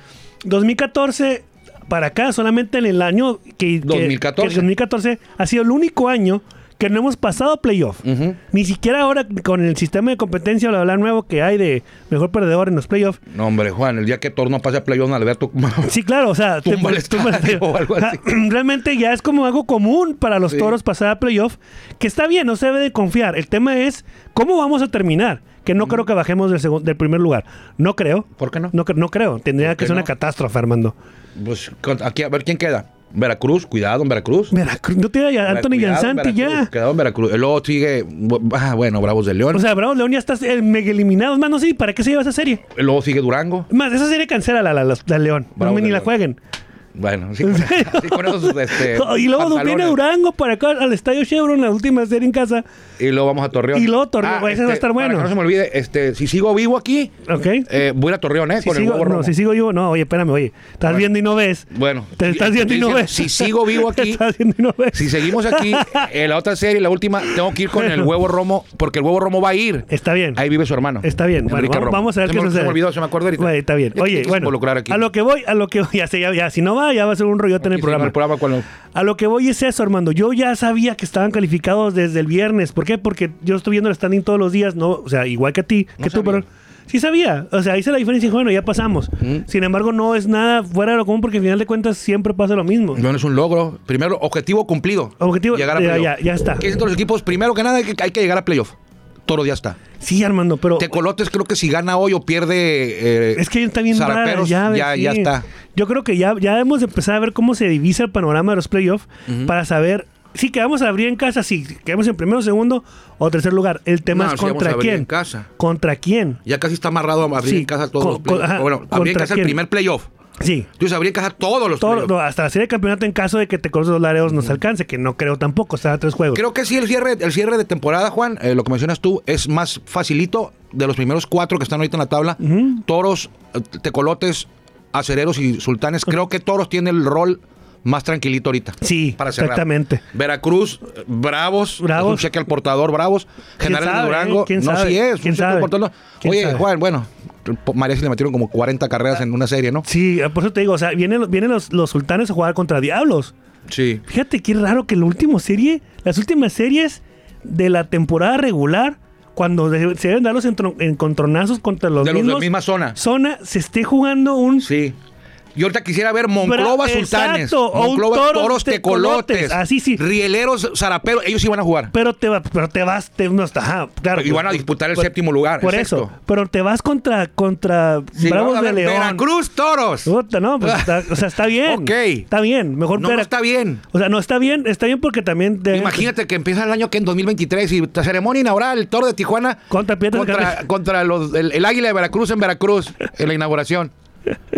[SPEAKER 1] 2014 para acá, solamente en el año que, que-
[SPEAKER 2] 2014.
[SPEAKER 1] que el 2014 ha sido el único año que no hemos pasado a playoff.
[SPEAKER 2] Ujú.
[SPEAKER 1] Ni siquiera ahora con el sistema de competencia bla, bla, nuevo que hay de mejor perdedor en los playoffs.
[SPEAKER 2] No, hombre, Juan, el día que Toro no pase a playoff, Alberto. [laughs]
[SPEAKER 1] Sí, claro, o sea,
[SPEAKER 2] Tumba el estadio o algo así.
[SPEAKER 1] [clears throat] realmente ya es como algo común para los
[SPEAKER 2] Sí.
[SPEAKER 1] toros pasar a playoff, que está bien, no se debe de confiar. El tema es cómo vamos a terminar, que no creo que bajemos del, segun- del primer lugar. No creo.
[SPEAKER 2] ¿Por qué no?
[SPEAKER 1] No, cre- no creo. Tendría
[SPEAKER 2] ¿Por
[SPEAKER 1] que
[SPEAKER 2] qué
[SPEAKER 1] ser una
[SPEAKER 2] no?
[SPEAKER 1] catástrofe, Armando.
[SPEAKER 2] Pues con- aquí, a ver quién queda. Veracruz, cuidado en Veracruz.
[SPEAKER 1] Veracruz, no tiene a Anthony
[SPEAKER 2] Cuidado en
[SPEAKER 1] Gansanti
[SPEAKER 2] Veracruz,
[SPEAKER 1] ya.
[SPEAKER 2] Cuidado en Veracruz. Y Luego sigue, bu- ah, bueno, Bravos de León.
[SPEAKER 1] O sea, Bravo León ya está eh, mega eliminado. Es más, no sé, ¿para qué se lleva esa serie?
[SPEAKER 2] Y Luego sigue Durango.
[SPEAKER 1] Es Más, esa serie cancela la, la, la- la León.
[SPEAKER 2] Bravo
[SPEAKER 1] no, ni
[SPEAKER 2] de
[SPEAKER 1] la
[SPEAKER 2] León.
[SPEAKER 1] jueguen. [laughs]
[SPEAKER 2] Bueno, sí,
[SPEAKER 1] ¿En
[SPEAKER 2] con,
[SPEAKER 1] serio?
[SPEAKER 2] sí, con esos, este,
[SPEAKER 1] [laughs] y luego
[SPEAKER 2] pantalones.
[SPEAKER 1] viene Durango para acá al Estadio Chevron, la última serie en casa.
[SPEAKER 2] Y luego vamos a Torreón. Ah, este,
[SPEAKER 1] Y luego Torreón, pues, ese va a estar
[SPEAKER 2] para
[SPEAKER 1] bueno.
[SPEAKER 2] que no se me olvide, este, si sigo vivo aquí,
[SPEAKER 1] ¿Ok?
[SPEAKER 2] eh, voy a ir a Torreón, ¿eh?
[SPEAKER 1] si
[SPEAKER 2] con el
[SPEAKER 1] sigo,
[SPEAKER 2] huevo
[SPEAKER 1] no,
[SPEAKER 2] romo.
[SPEAKER 1] si sigo yo, no, oye, espérame, oye, estás viendo y no ves.
[SPEAKER 2] Bueno.
[SPEAKER 1] Te estás
[SPEAKER 2] Sí,
[SPEAKER 1] viendo y
[SPEAKER 2] sí,
[SPEAKER 1] no
[SPEAKER 2] sí,
[SPEAKER 1] ves.
[SPEAKER 2] si
[SPEAKER 1] [laughs]
[SPEAKER 2] sigo vivo aquí-
[SPEAKER 1] estás viendo y no ves.
[SPEAKER 2] Si
[SPEAKER 1] [laughs]
[SPEAKER 2] seguimos aquí, en la otra serie, la última, tengo que ir con el huevo romo, porque el huevo romo va a ir.
[SPEAKER 1] Está bien.
[SPEAKER 2] Ahí vive su hermano.
[SPEAKER 1] Eh, Está bien. Bueno,
[SPEAKER 2] Enrique
[SPEAKER 1] vamos,
[SPEAKER 2] Romo.
[SPEAKER 1] vamos a ver
[SPEAKER 2] Se
[SPEAKER 1] qué
[SPEAKER 2] me-
[SPEAKER 1] sucede.
[SPEAKER 2] Se me olvidó, se me acordó ahorita.
[SPEAKER 1] Bueno, está bien.
[SPEAKER 2] Es que
[SPEAKER 1] Oye,
[SPEAKER 2] quise
[SPEAKER 1] bueno.
[SPEAKER 2] involucrar aquí.
[SPEAKER 1] A lo que voy, [laughs] a lo que ya sé, ya, ya, si no va, ya va a ser un rollote en el
[SPEAKER 2] Quise
[SPEAKER 1] programa.
[SPEAKER 2] involucrarme con los-
[SPEAKER 1] A lo que voy es eso, Armando. Yo ya sabía que estaban calificados desde el viernes. ¿Por qué? Porque yo estoy viendo el standing todos los días, no, o sea, igual que a ti, que tú,
[SPEAKER 2] sabía.
[SPEAKER 1] pero sí sabía. O sea, hice la diferencia y dije, bueno, ya pasamos. Sin embargo, no es nada fuera de lo común porque al final de cuentas siempre pasa lo mismo.
[SPEAKER 2] Bueno, es un logro. Primero, objetivo cumplido.
[SPEAKER 1] Objetivo-
[SPEAKER 2] llegar a
[SPEAKER 1] ya,
[SPEAKER 2] playoff.
[SPEAKER 1] ya, ya está.
[SPEAKER 2] ¿Qué dicen todos los equipos? Primero que nada, hay que, hay que llegar a playoff. Toro ya está.
[SPEAKER 1] Sí, Armando, pero
[SPEAKER 2] Tecolotes creo que si gana hoy o pierde... eh,
[SPEAKER 1] es que está bien rara
[SPEAKER 2] Zaraperos,
[SPEAKER 1] la llave,
[SPEAKER 2] ya,
[SPEAKER 1] sí.
[SPEAKER 2] ya está.
[SPEAKER 1] Yo creo que ya, ya hemos empezado a ver cómo se divisa el panorama de los playoffs para saber si quedamos a abrir en casa, si quedamos en primero, segundo o tercer lugar. El tema
[SPEAKER 2] No,
[SPEAKER 1] es
[SPEAKER 2] si vamos a
[SPEAKER 1] contra
[SPEAKER 2] abrir
[SPEAKER 1] quién.
[SPEAKER 2] en casa.
[SPEAKER 1] ¿Contra quién?
[SPEAKER 2] Ya casi está amarrado a abrir
[SPEAKER 1] Sí,
[SPEAKER 2] en casa todos
[SPEAKER 1] con-
[SPEAKER 2] los playoffs.
[SPEAKER 1] con- ajá,
[SPEAKER 2] bueno, abrir en
[SPEAKER 1] ¿contra
[SPEAKER 2] casa
[SPEAKER 1] quién?
[SPEAKER 2] el primer playoff.
[SPEAKER 1] Sí.
[SPEAKER 2] Entonces abrir en casa todos los
[SPEAKER 1] Todo,
[SPEAKER 2] playoffs.
[SPEAKER 1] no, hasta la serie de campeonato en caso de que te los Lareos nos alcance, que no creo tampoco, está a tres juegos.
[SPEAKER 2] Creo que sí, el cierre, el cierre de temporada, Juan, eh, lo que mencionas tú, es más facilito de los primeros cuatro que están ahorita en la tabla. Toros, eh, tecolotes, acereros y sultanes. Creo que Toros tiene el rol más tranquilito ahorita.
[SPEAKER 1] Sí,
[SPEAKER 2] para cerrar.
[SPEAKER 1] exactamente.
[SPEAKER 2] Veracruz, eh, Bravos,
[SPEAKER 1] Bravos.
[SPEAKER 2] es un cheque al portador, Bravos.
[SPEAKER 1] ¿Quién
[SPEAKER 2] General de
[SPEAKER 1] sabe,
[SPEAKER 2] Durango,
[SPEAKER 1] eh? ¿Quién
[SPEAKER 2] no,
[SPEAKER 1] sabe?
[SPEAKER 2] sí es. un
[SPEAKER 1] ¿Quién
[SPEAKER 2] cheque al
[SPEAKER 1] sabe?
[SPEAKER 2] portador.
[SPEAKER 1] ¿Quién
[SPEAKER 2] Oye,
[SPEAKER 1] sabe?
[SPEAKER 2] Juan, bueno, María le metieron como 40 carreras en una serie, ¿no?
[SPEAKER 1] Sí, eh, por eso te digo, o sea, vienen, vienen los, los sultanes a jugar contra diablos.
[SPEAKER 2] Sí.
[SPEAKER 1] Fíjate qué raro que la última serie, las últimas series de la temporada regular, cuando de- se deben dar los entron- encontronazos contra los
[SPEAKER 2] De los de
[SPEAKER 1] mismos,
[SPEAKER 2] misma zona.
[SPEAKER 1] zona, se esté jugando un
[SPEAKER 2] Sí. Yo ahorita quisiera ver Monclova
[SPEAKER 1] Bra-
[SPEAKER 2] Sultanes,
[SPEAKER 1] Exacto, o un
[SPEAKER 2] Monclova
[SPEAKER 1] Toros
[SPEAKER 2] Toros
[SPEAKER 1] Tecolotes,
[SPEAKER 2] Tecolotes,
[SPEAKER 1] así sí.
[SPEAKER 2] Rieleros Zaraperos, ellos iban a jugar.
[SPEAKER 1] Pero te, va, pero te vas, te, no está, ajá, claro. pues,
[SPEAKER 2] Y van a disputar el séptimo lugar,
[SPEAKER 1] Por
[SPEAKER 2] el
[SPEAKER 1] eso,
[SPEAKER 2] sexto.
[SPEAKER 1] pero te vas contra, contra
[SPEAKER 2] Sí,
[SPEAKER 1] Bravos
[SPEAKER 2] vamos a
[SPEAKER 1] de
[SPEAKER 2] ver,
[SPEAKER 1] León.
[SPEAKER 2] Veracruz Toros.
[SPEAKER 1] Puta, no, pues está, o sea, está bien.
[SPEAKER 2] Ok.
[SPEAKER 1] Está bien, mejor
[SPEAKER 2] No, no
[SPEAKER 1] Vera- Eh.
[SPEAKER 2] está bien.
[SPEAKER 1] O sea, no está bien, está bien porque también deben-
[SPEAKER 2] Imagínate que empieza el año que en 2023 y la ceremonia inaugural el Toro de Tijuana
[SPEAKER 1] Contra Piedras
[SPEAKER 2] contra,
[SPEAKER 1] Grandes.
[SPEAKER 2] contra los, el, el Águila de Veracruz en Veracruz en la inauguración.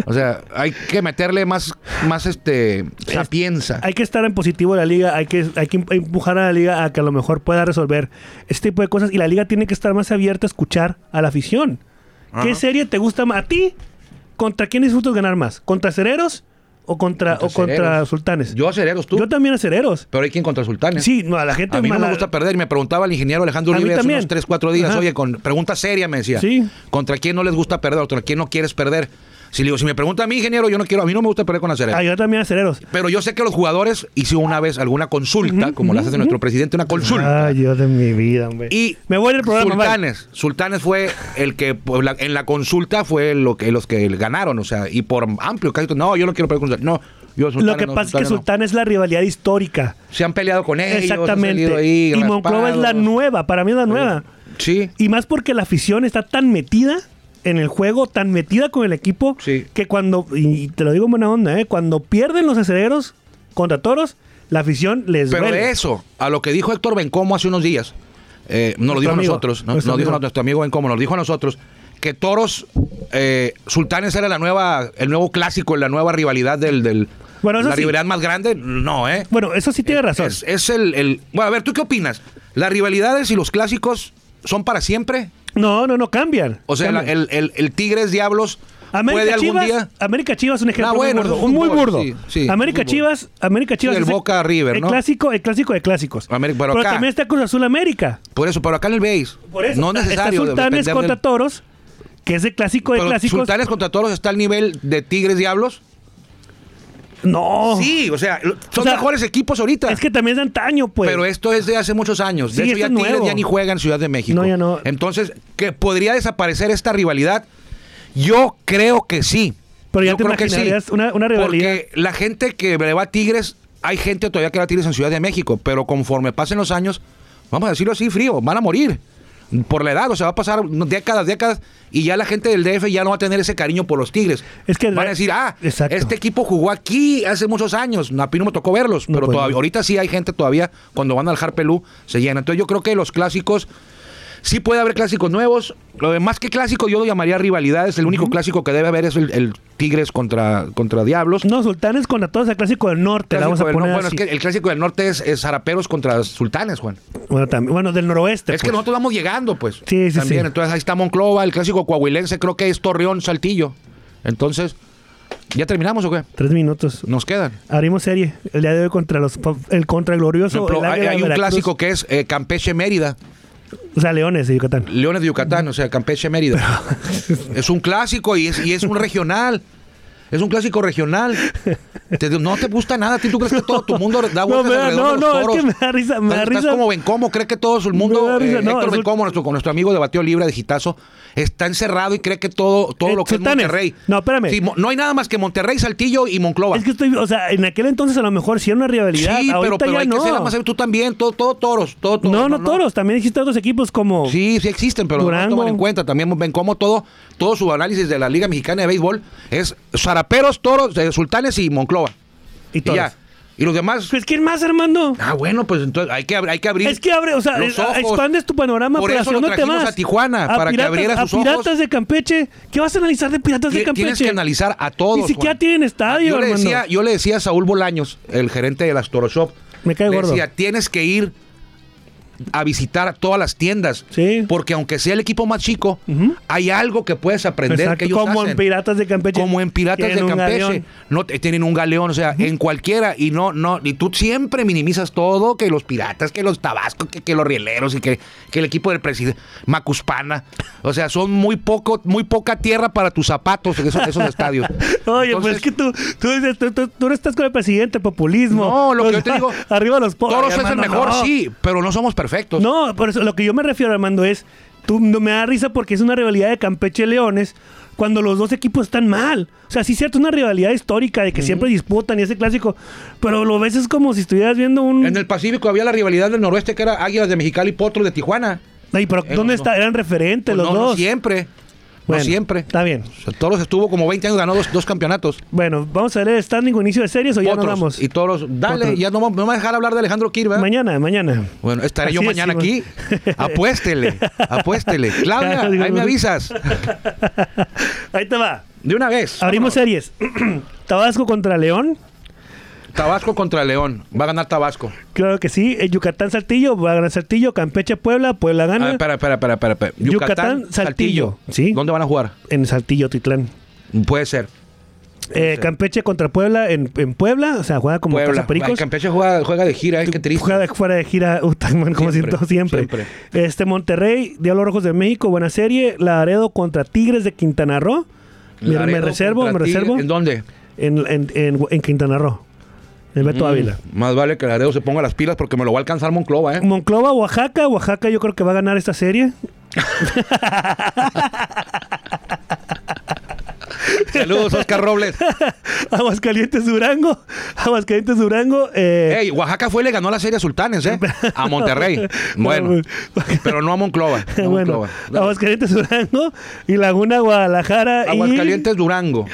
[SPEAKER 2] O sea, hay que meterle más, más este sapienza.
[SPEAKER 1] hay que estar en positivo de la liga, hay que, hay que empujar a la liga a que a lo mejor pueda resolver este tipo de cosas y la liga tiene que estar más abierta a escuchar a la afición. ¿Qué serie te gusta más? ¿A ti? ¿Contra quién disfrutas ganar más? ¿Contra Cereros o contra, o contra
[SPEAKER 2] Acereros.
[SPEAKER 1] Sultanes?
[SPEAKER 2] Yo acereros tú.
[SPEAKER 1] Yo también a Cereros.
[SPEAKER 2] pero hay quien contra Sultanes.
[SPEAKER 1] Sí, no, a la gente
[SPEAKER 2] A mí no
[SPEAKER 1] mala-
[SPEAKER 2] me gusta perder. Y me preguntaba el ingeniero Alejandro
[SPEAKER 1] A mí
[SPEAKER 2] Uribe hace
[SPEAKER 1] también.
[SPEAKER 2] unos 3, 4 días.
[SPEAKER 1] Ajá.
[SPEAKER 2] Oye, con pregunta seria me decía.
[SPEAKER 1] Sí.
[SPEAKER 2] ¿Contra quién no les gusta perder? ¿Contra quién no quieres perder? Si le digo, si me pregunta a mí, ingeniero, yo no quiero. A mí no me gusta perder con hacer
[SPEAKER 1] Ah, yo también a Cereros.
[SPEAKER 2] Pero yo sé que los jugadores hizo una vez alguna consulta, como la hace nuestro presidente, una consulta.
[SPEAKER 1] Ay, Dios de mi vida, hombre.
[SPEAKER 2] Y
[SPEAKER 1] me voy del programa. bye.
[SPEAKER 2] Sultanes, Sultanes fue el que pues, la- en la consulta fue lo que los que ganaron, o sea, y por amplio casi no, yo no quiero perder con Sultanes. No, yo Sultanes
[SPEAKER 1] Lo que
[SPEAKER 2] no,
[SPEAKER 1] pasa es que
[SPEAKER 2] Sultanes no.
[SPEAKER 1] Sultanes es la rivalidad histórica.
[SPEAKER 2] se han peleado con ellos, han
[SPEAKER 1] Exactamente.
[SPEAKER 2] salido ahí
[SPEAKER 1] y Monclova es la
[SPEAKER 2] raspados.
[SPEAKER 1] nueva, para mí es la nueva.
[SPEAKER 2] Sí.
[SPEAKER 1] Y más porque la afición está tan metida en el juego, tan metida con el equipo,
[SPEAKER 2] Sí.
[SPEAKER 1] que cuando, y y te lo digo en buena onda, ¿eh? cuando pierden los acederos contra toros, la afición les
[SPEAKER 2] Pero
[SPEAKER 1] duele.
[SPEAKER 2] de eso, a lo que dijo Héctor Bencomo hace unos días, eh, nos lo
[SPEAKER 1] Nuestro
[SPEAKER 2] dijo a
[SPEAKER 1] amigo,
[SPEAKER 2] nosotros, ¿no?
[SPEAKER 1] nuestro
[SPEAKER 2] nos dijo
[SPEAKER 1] amigo.
[SPEAKER 2] nuestro amigo Bencomo, nos dijo a nosotros que Toros, eh, Sultanes era la nueva, el nuevo clásico, la nueva rivalidad del, del
[SPEAKER 1] Bueno, eso
[SPEAKER 2] la
[SPEAKER 1] sí.
[SPEAKER 2] rivalidad más grande, no, ¿eh?
[SPEAKER 1] Bueno, eso sí tiene razón.
[SPEAKER 2] Es, es el, el- bueno, a ver, ¿tú qué opinas? ¿Las rivalidades y los clásicos son para siempre?
[SPEAKER 1] No, no, no, cambian.
[SPEAKER 2] O sea, la-
[SPEAKER 1] Cambian.
[SPEAKER 2] el, el- el Tigres Diablos
[SPEAKER 1] América
[SPEAKER 2] puede algún
[SPEAKER 1] Chivas,
[SPEAKER 2] día.
[SPEAKER 1] América Chivas es un ejemplo
[SPEAKER 2] Ah, bueno,
[SPEAKER 1] muy burdo.
[SPEAKER 2] es
[SPEAKER 1] un muy
[SPEAKER 2] fútbol,
[SPEAKER 1] burdo.
[SPEAKER 2] sí, sí,
[SPEAKER 1] América
[SPEAKER 2] fútbol.
[SPEAKER 1] Chivas, América Chivas
[SPEAKER 2] el
[SPEAKER 1] es
[SPEAKER 2] Boca River,
[SPEAKER 1] el
[SPEAKER 2] ¿no?
[SPEAKER 1] clásico, el clásico de clásicos.
[SPEAKER 2] América- pero acá-
[SPEAKER 1] también está Cruz Azul América.
[SPEAKER 2] Por eso, pero acá en el BASE.
[SPEAKER 1] Por eso.
[SPEAKER 2] No es necesario.
[SPEAKER 1] Está Sultanes
[SPEAKER 2] depender
[SPEAKER 1] contra
[SPEAKER 2] del-
[SPEAKER 1] Toros, que es el clásico de
[SPEAKER 2] Pero
[SPEAKER 1] clásicos.
[SPEAKER 2] Sultanes contra Toros está al nivel de Tigres Diablos.
[SPEAKER 1] No.
[SPEAKER 2] Sí, o sea, lo- son
[SPEAKER 1] Oh. O sea,
[SPEAKER 2] mejores equipos ahorita.
[SPEAKER 1] Es que también es de antaño, pues.
[SPEAKER 2] Pero esto es de hace muchos años. De
[SPEAKER 1] Sí,
[SPEAKER 2] hecho, ya
[SPEAKER 1] esto es
[SPEAKER 2] Tigres
[SPEAKER 1] nuevo.
[SPEAKER 2] ya ni juega en Ciudad de México.
[SPEAKER 1] No, ya no.
[SPEAKER 2] Entonces, ¿que podría desaparecer esta rivalidad? Yo creo que sí.
[SPEAKER 1] Pero ya
[SPEAKER 2] Yo
[SPEAKER 1] te
[SPEAKER 2] creo que sí.
[SPEAKER 1] imaginarías una- una rivalidad.
[SPEAKER 2] Porque la gente que le va a Tigres, hay gente todavía que va a Tigres en Ciudad de México, pero conforme pasen los años, vamos a decirlo así, frío, van a morir. Por la edad, o sea, va a pasar décadas, décadas, y ya la gente del DF ya no va a tener ese cariño por los Tigres.
[SPEAKER 1] Es que-
[SPEAKER 2] van a decir, ah,
[SPEAKER 1] Exacto.
[SPEAKER 2] este equipo jugó aquí hace muchos años, a mí no me tocó verlos,
[SPEAKER 1] No,
[SPEAKER 2] pero
[SPEAKER 1] pues,
[SPEAKER 2] todavía,
[SPEAKER 1] no.
[SPEAKER 2] ahorita sí hay gente todavía, cuando van al Harpelú, se llena. Entonces yo creo que los clásicos, sí puede haber clásicos nuevos, lo de más que clásico yo lo llamaría rivalidades, el único clásico que debe haber es el, el Tigres contra, contra Diablos.
[SPEAKER 1] No, Sultanes contra todos el clásico del norte. la vamos a
[SPEAKER 2] Clásico del-
[SPEAKER 1] poner
[SPEAKER 2] no, bueno,
[SPEAKER 1] así.
[SPEAKER 2] es que el clásico del norte es, es zaraperos contra sultanes, Juan.
[SPEAKER 1] bueno, también, bueno, del noroeste.
[SPEAKER 2] Es que
[SPEAKER 1] pues.
[SPEAKER 2] nosotros vamos llegando, pues.
[SPEAKER 1] Sí, sí,
[SPEAKER 2] También,
[SPEAKER 1] sí.
[SPEAKER 2] entonces ahí está Monclova, el clásico coahuilense, creo que es Torreón, Saltillo. Entonces, ¿ya terminamos o qué?
[SPEAKER 1] Tres minutos.
[SPEAKER 2] Nos quedan.
[SPEAKER 1] Abrimos serie. El día de hoy contra los el contra el glorioso.
[SPEAKER 2] Por ejemplo,
[SPEAKER 1] el
[SPEAKER 2] hay,
[SPEAKER 1] Águila
[SPEAKER 2] hay un
[SPEAKER 1] Veracruz.
[SPEAKER 2] clásico que es eh, Campeche Mérida,
[SPEAKER 1] O sea, Leones de Yucatán.
[SPEAKER 2] Leones de Yucatán, o sea, Campeche Mérida. es un clásico y es, y es un regional. Es un clásico regional. Te digo, no te gusta nada. ¿a ti ¿Tú crees que todo tu mundo da
[SPEAKER 1] No,
[SPEAKER 2] vueltas
[SPEAKER 1] me da- no,
[SPEAKER 2] alrededor de los
[SPEAKER 1] no, es
[SPEAKER 2] toros?
[SPEAKER 1] que me da risa, me da
[SPEAKER 2] Estás- estás
[SPEAKER 1] risa.
[SPEAKER 2] como Bencomo, cree que todo el
[SPEAKER 1] Me da
[SPEAKER 2] mundo,
[SPEAKER 1] risa,
[SPEAKER 2] eh,
[SPEAKER 1] no,
[SPEAKER 2] Héctor
[SPEAKER 1] es un-
[SPEAKER 2] Bencomo, nuestro, nuestro amigo de Bateo Libre de Gitazo, está encerrado y cree que todo, todo
[SPEAKER 1] Eh,
[SPEAKER 2] lo que
[SPEAKER 1] Sultanes.
[SPEAKER 2] es Monterrey.
[SPEAKER 1] No, espérame.
[SPEAKER 2] Sí, mo- no hay nada más que Monterrey, Saltillo y Monclova.
[SPEAKER 1] Es que estoy, o sea, en aquel entonces a lo mejor sí era una rivalidad.
[SPEAKER 2] sí, pero,
[SPEAKER 1] Ahorita
[SPEAKER 2] pero
[SPEAKER 1] ya
[SPEAKER 2] hay
[SPEAKER 1] no.
[SPEAKER 2] que ser más tú también, todo, todo toros, todo toros.
[SPEAKER 1] no, no, toros. También existen otros equipos como.
[SPEAKER 2] Sí, sí existen, pero no
[SPEAKER 1] Durango.
[SPEAKER 2] toman en cuenta. También ven cómo todo, todo su análisis de la Liga Mexicana de Béisbol es zaraperos, toros, eh, sultanes y Monclova.
[SPEAKER 1] y
[SPEAKER 2] Y
[SPEAKER 1] toros.
[SPEAKER 2] ya. Y los demás.
[SPEAKER 1] Pues, ¿quién más, Armando?
[SPEAKER 2] Ah, bueno, pues entonces hay que, ab- hay que abrir.
[SPEAKER 1] Es que abre, o sea,
[SPEAKER 2] los
[SPEAKER 1] es-
[SPEAKER 2] ojos.
[SPEAKER 1] expandes tu panorama,
[SPEAKER 2] Por
[SPEAKER 1] pero
[SPEAKER 2] eso
[SPEAKER 1] ¿hacia
[SPEAKER 2] lo
[SPEAKER 1] dónde te
[SPEAKER 2] trajimos
[SPEAKER 1] vas?
[SPEAKER 2] a Tijuana,
[SPEAKER 1] A
[SPEAKER 2] para que
[SPEAKER 1] piratas-
[SPEAKER 2] abriera sus
[SPEAKER 1] a
[SPEAKER 2] ojos.
[SPEAKER 1] piratas de Campeche. ¿Qué vas a analizar de piratas de
[SPEAKER 2] Ti-
[SPEAKER 1] Campeche?
[SPEAKER 2] Tienes que analizar a todos.
[SPEAKER 1] Ni siquiera
[SPEAKER 2] Juan.
[SPEAKER 1] tienen estadio,
[SPEAKER 2] yo le,
[SPEAKER 1] Armando.
[SPEAKER 2] decía, yo le decía a Saúl Bolaños, el gerente de las Toro Shop.
[SPEAKER 1] Me cae
[SPEAKER 2] le
[SPEAKER 1] gordo.
[SPEAKER 2] decía, tienes que ir a visitar todas las tiendas.
[SPEAKER 1] Sí.
[SPEAKER 2] Porque aunque sea el equipo más chico,
[SPEAKER 1] Ujú.
[SPEAKER 2] hay algo que puedes aprender
[SPEAKER 1] Exacto,
[SPEAKER 2] que ellos
[SPEAKER 1] como en
[SPEAKER 2] hacen.
[SPEAKER 1] Piratas de Campeche.
[SPEAKER 2] Como en Piratas
[SPEAKER 1] Pues Tienen
[SPEAKER 2] de
[SPEAKER 1] un
[SPEAKER 2] Campeche.
[SPEAKER 1] galeón.
[SPEAKER 2] No, te- tienen un galeón, o sea, en cualquiera. Y no, no, y tú siempre minimizas todo, que los piratas, que los tabascos, que, que los rieleros y que, que el equipo del presidente, Macuspana. O sea, son muy poco, muy poca tierra para tus zapatos en esos, esos estadios.
[SPEAKER 1] [laughs] Oye,
[SPEAKER 2] Entonces,
[SPEAKER 1] pues es que tú, tú, dices- tú, tú- tú no estás con el presidente, populismo.
[SPEAKER 2] No, lo que yo te digo,
[SPEAKER 1] [laughs] Arriba los pobres.
[SPEAKER 2] Toros es el
[SPEAKER 1] hermano,
[SPEAKER 2] mejor,
[SPEAKER 1] no.
[SPEAKER 2] sí, pero no somos perfectos.
[SPEAKER 1] No, por eso lo que yo me refiero, Armando, es. Tú no me da risa porque es una rivalidad de Campeche y Leones cuando los dos equipos están mal. O sea, sí es cierto, una rivalidad histórica de que siempre disputan y ese clásico, pero lo ves es como si estuvieras viendo un.
[SPEAKER 2] En el Pacífico había la rivalidad del noroeste que era Águilas de Mexicali y Potros de Tijuana.
[SPEAKER 1] Ay, pero
[SPEAKER 2] Eh,
[SPEAKER 1] ¿dónde
[SPEAKER 2] no.
[SPEAKER 1] está? Eran referentes
[SPEAKER 2] Pues
[SPEAKER 1] los
[SPEAKER 2] no, no
[SPEAKER 1] dos.
[SPEAKER 2] siempre.
[SPEAKER 1] Bueno,
[SPEAKER 2] no siempre.
[SPEAKER 1] Está bien.
[SPEAKER 2] O sea, Toros estuvo como 20 años, ganó dos, dos campeonatos.
[SPEAKER 1] Bueno, vamos a ver el standing o inicio de series o ya nos
[SPEAKER 2] Potros
[SPEAKER 1] vamos.
[SPEAKER 2] Y Toros, dale,
[SPEAKER 1] Potros.
[SPEAKER 2] ya no, vamos- no me vas a dejar hablar de Alejandro Kirby. ¿eh?
[SPEAKER 1] Mañana, mañana.
[SPEAKER 2] [laughs] Bueno, estaré yo
[SPEAKER 1] Así
[SPEAKER 2] mañana aquí.
[SPEAKER 1] decimos.
[SPEAKER 2] Apuéstele,
[SPEAKER 1] [laughs]
[SPEAKER 2] apuéstele. Claudia,
[SPEAKER 1] Claro, digo,
[SPEAKER 2] ahí me avisas.
[SPEAKER 1] Ahí te va.
[SPEAKER 2] De una vez.
[SPEAKER 1] Abrimos series. [clears throat] Tabasco contra León.
[SPEAKER 2] Tabasco contra León. Va a ganar Tabasco.
[SPEAKER 1] Claro que sí. Eh, Yucatán Saltillo, va a ganar Saltillo. Campeche Puebla, Puebla
[SPEAKER 2] A ver,
[SPEAKER 1] gana.
[SPEAKER 2] espera, espera, espera, espera, espera.
[SPEAKER 1] Yucatán, Saltillo. Sí.
[SPEAKER 2] ¿Dónde van a jugar?
[SPEAKER 1] en Saltillo, Titlán.
[SPEAKER 2] Puede ser.
[SPEAKER 1] Eh, Campeche contra Puebla en, en Puebla. O sea, juega como
[SPEAKER 2] Ah, Puebla. Ay,
[SPEAKER 1] Cazapericos.
[SPEAKER 2] Campeche juega, juega de gira, eh, qué triste.
[SPEAKER 1] Fuera de, fuera de gira, puta, man, como
[SPEAKER 2] Siempre,
[SPEAKER 1] siento siempre.
[SPEAKER 2] siempre.
[SPEAKER 1] Este Monterrey, Diablos Rojos de México, buena serie. Laredo contra Tigres de Quintana Roo. Me- Me,
[SPEAKER 2] Laredo
[SPEAKER 1] reservo, me
[SPEAKER 2] contra Tigres.
[SPEAKER 1] reservo.
[SPEAKER 2] ¿En dónde? Mm.
[SPEAKER 1] En, en, en- en Quintana Roo. En Beto Ávila.
[SPEAKER 2] Más vale que Laredo se ponga las pilas porque me lo va a alcanzar
[SPEAKER 1] [laughs]
[SPEAKER 2] Monclova, ¿eh?
[SPEAKER 1] Monclova, Oaxaca. Oaxaca yo creo que va a ganar esta serie. [laughs]
[SPEAKER 2] Saludos, Oscar Robles.
[SPEAKER 1] Aguascalientes, Durango. Aguascalientes, Durango. eh,
[SPEAKER 2] Ey, Oaxaca fue y le ganó la serie a Sultanes, ¿eh? A Monterrey.
[SPEAKER 1] [laughs]
[SPEAKER 2] Bueno, pero no a Monclova. no a
[SPEAKER 1] bueno,
[SPEAKER 2] Monclova.
[SPEAKER 1] Aguascalientes, Durango. Y Laguna, Guadalajara. y-
[SPEAKER 2] Aguascalientes Durango.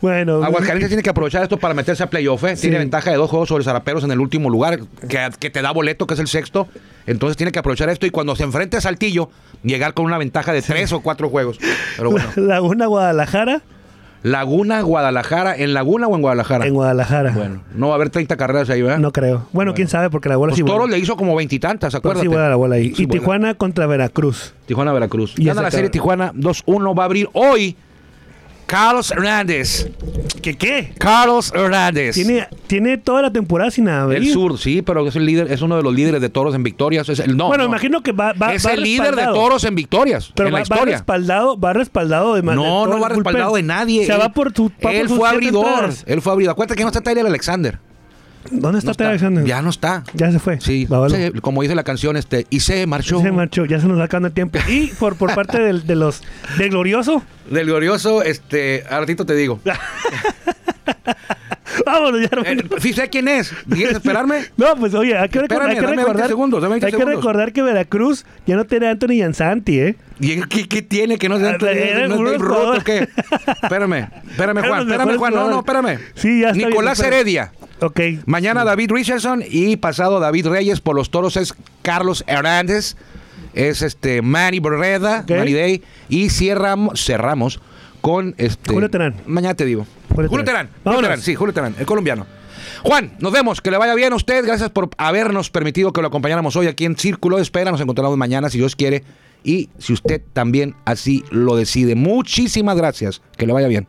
[SPEAKER 1] Bueno.
[SPEAKER 2] Aguascalientes tiene que aprovechar esto para meterse a playoff. ¿eh? Tiene
[SPEAKER 1] Sí.
[SPEAKER 2] ventaja de dos juegos sobre Zaraperos en el último lugar, que, que te da boleto, que es el sexto. Entonces tiene que aprovechar esto y cuando se enfrente a Saltillo, llegar con una ventaja de tres o cuatro juegos.
[SPEAKER 1] [laughs]
[SPEAKER 2] Pero bueno.
[SPEAKER 1] Laguna, Guadalajara.
[SPEAKER 2] Laguna, Guadalajara. ¿En Laguna o en Guadalajara?
[SPEAKER 1] En Guadalajara.
[SPEAKER 2] Bueno, no va a haber 30 carreras ahí, ¿verdad?
[SPEAKER 1] No creo. Bueno, quién sabe, porque la bola
[SPEAKER 2] Los
[SPEAKER 1] sí vuela.
[SPEAKER 2] toros le hizo como veintitantas,
[SPEAKER 1] Pero
[SPEAKER 2] acuérdate.
[SPEAKER 1] sí vuela la bola ahí.
[SPEAKER 2] Sí
[SPEAKER 1] y
[SPEAKER 2] vuela.
[SPEAKER 1] Tijuana contra Veracruz.
[SPEAKER 2] Tijuana, Veracruz.
[SPEAKER 1] Y
[SPEAKER 2] Gana
[SPEAKER 1] ese
[SPEAKER 2] la serie Tijuana 2-1. Va a abrir hoy Carlos Hernández.
[SPEAKER 1] ¿Qué qué?
[SPEAKER 2] Carlos Hernández.
[SPEAKER 1] Tiene, tiene toda la temporada sin abrir.
[SPEAKER 2] El sur, sí, pero es el líder, es uno de los líderes de toros en victorias. Es el, no,
[SPEAKER 1] bueno,
[SPEAKER 2] no.
[SPEAKER 1] imagino que va, va
[SPEAKER 2] es
[SPEAKER 1] va
[SPEAKER 2] el líder de
[SPEAKER 1] respaldado.
[SPEAKER 2] toros en victorias
[SPEAKER 1] Pero
[SPEAKER 2] en
[SPEAKER 1] va,
[SPEAKER 2] la
[SPEAKER 1] va
[SPEAKER 2] historia.
[SPEAKER 1] respaldado, va respaldado de ma- de
[SPEAKER 2] No,
[SPEAKER 1] todo
[SPEAKER 2] no
[SPEAKER 1] el
[SPEAKER 2] va
[SPEAKER 1] bullpen.
[SPEAKER 2] respaldado de nadie.
[SPEAKER 1] O sea,
[SPEAKER 2] Él-
[SPEAKER 1] va por tu va
[SPEAKER 2] Él
[SPEAKER 1] por sus
[SPEAKER 2] fue
[SPEAKER 1] siete
[SPEAKER 2] abridor.
[SPEAKER 1] entradas.
[SPEAKER 2] Él fue abridor. Acuérdate que no está Tyler Alexander.
[SPEAKER 1] ¿Dónde está
[SPEAKER 2] No
[SPEAKER 1] Ted Alexander?
[SPEAKER 2] Ya no está.
[SPEAKER 1] Ya se fue.
[SPEAKER 2] Sí,
[SPEAKER 1] Bávalo.
[SPEAKER 2] se- como dice la canción, este, y se marchó.
[SPEAKER 1] Se marchó, ya se nos va acabando el tiempo. Y por, por parte del, de los del
[SPEAKER 2] [laughs]
[SPEAKER 1] glorioso,
[SPEAKER 2] Del glorioso, este, al ratito
[SPEAKER 1] [laughs]
[SPEAKER 2] te digo.
[SPEAKER 1] vámonos ya.
[SPEAKER 2] Eh,
[SPEAKER 1] Armando.
[SPEAKER 2] sí sé quién es. ¿Quieres esperarme?
[SPEAKER 1] No, pues oye, hay que, recor-
[SPEAKER 2] Espérame,
[SPEAKER 1] hay que
[SPEAKER 2] dame 20
[SPEAKER 1] recordar,
[SPEAKER 2] segundos, dame 20
[SPEAKER 1] hay que
[SPEAKER 2] segundos.
[SPEAKER 1] recordar que Veracruz ya no tiene a Anthony Yansanti, ¿eh?
[SPEAKER 2] ¿Y ¿Qué, qué tiene que no sea eh,
[SPEAKER 1] Ah, era
[SPEAKER 2] no es
[SPEAKER 1] un
[SPEAKER 2] Dave Roth,
[SPEAKER 1] jugador.
[SPEAKER 2] o qué? Espérame, espérame
[SPEAKER 1] Eran
[SPEAKER 2] Juan,
[SPEAKER 1] los
[SPEAKER 2] espérame
[SPEAKER 1] mejores
[SPEAKER 2] Juan, no, no,
[SPEAKER 1] jugadores.
[SPEAKER 2] espérame.
[SPEAKER 1] Sí, ya está bien,
[SPEAKER 2] Nicolás
[SPEAKER 1] espérame.
[SPEAKER 2] Heredia.
[SPEAKER 1] Ok.
[SPEAKER 2] Mañana David Richardson y pasado David Reyes por los Toros es Carlos Hernández, es este Manny Borreda,
[SPEAKER 1] Ok.
[SPEAKER 2] Manny Day y cerramos, cerramos con este
[SPEAKER 1] Julio Terán.
[SPEAKER 2] Mañana te digo.
[SPEAKER 1] Julio
[SPEAKER 2] Julio
[SPEAKER 1] Terán.
[SPEAKER 2] Terán. Julio
[SPEAKER 1] Vámonos.
[SPEAKER 2] Terán, sí, Julio Terán, el colombiano. Juan, nos vemos, que le vaya bien a usted, gracias por habernos permitido que lo acompañáramos hoy aquí en Círculo de Espera, nos encontramos mañana si Dios quiere y si usted también así lo decide. Muchísimas gracias, que le vaya bien.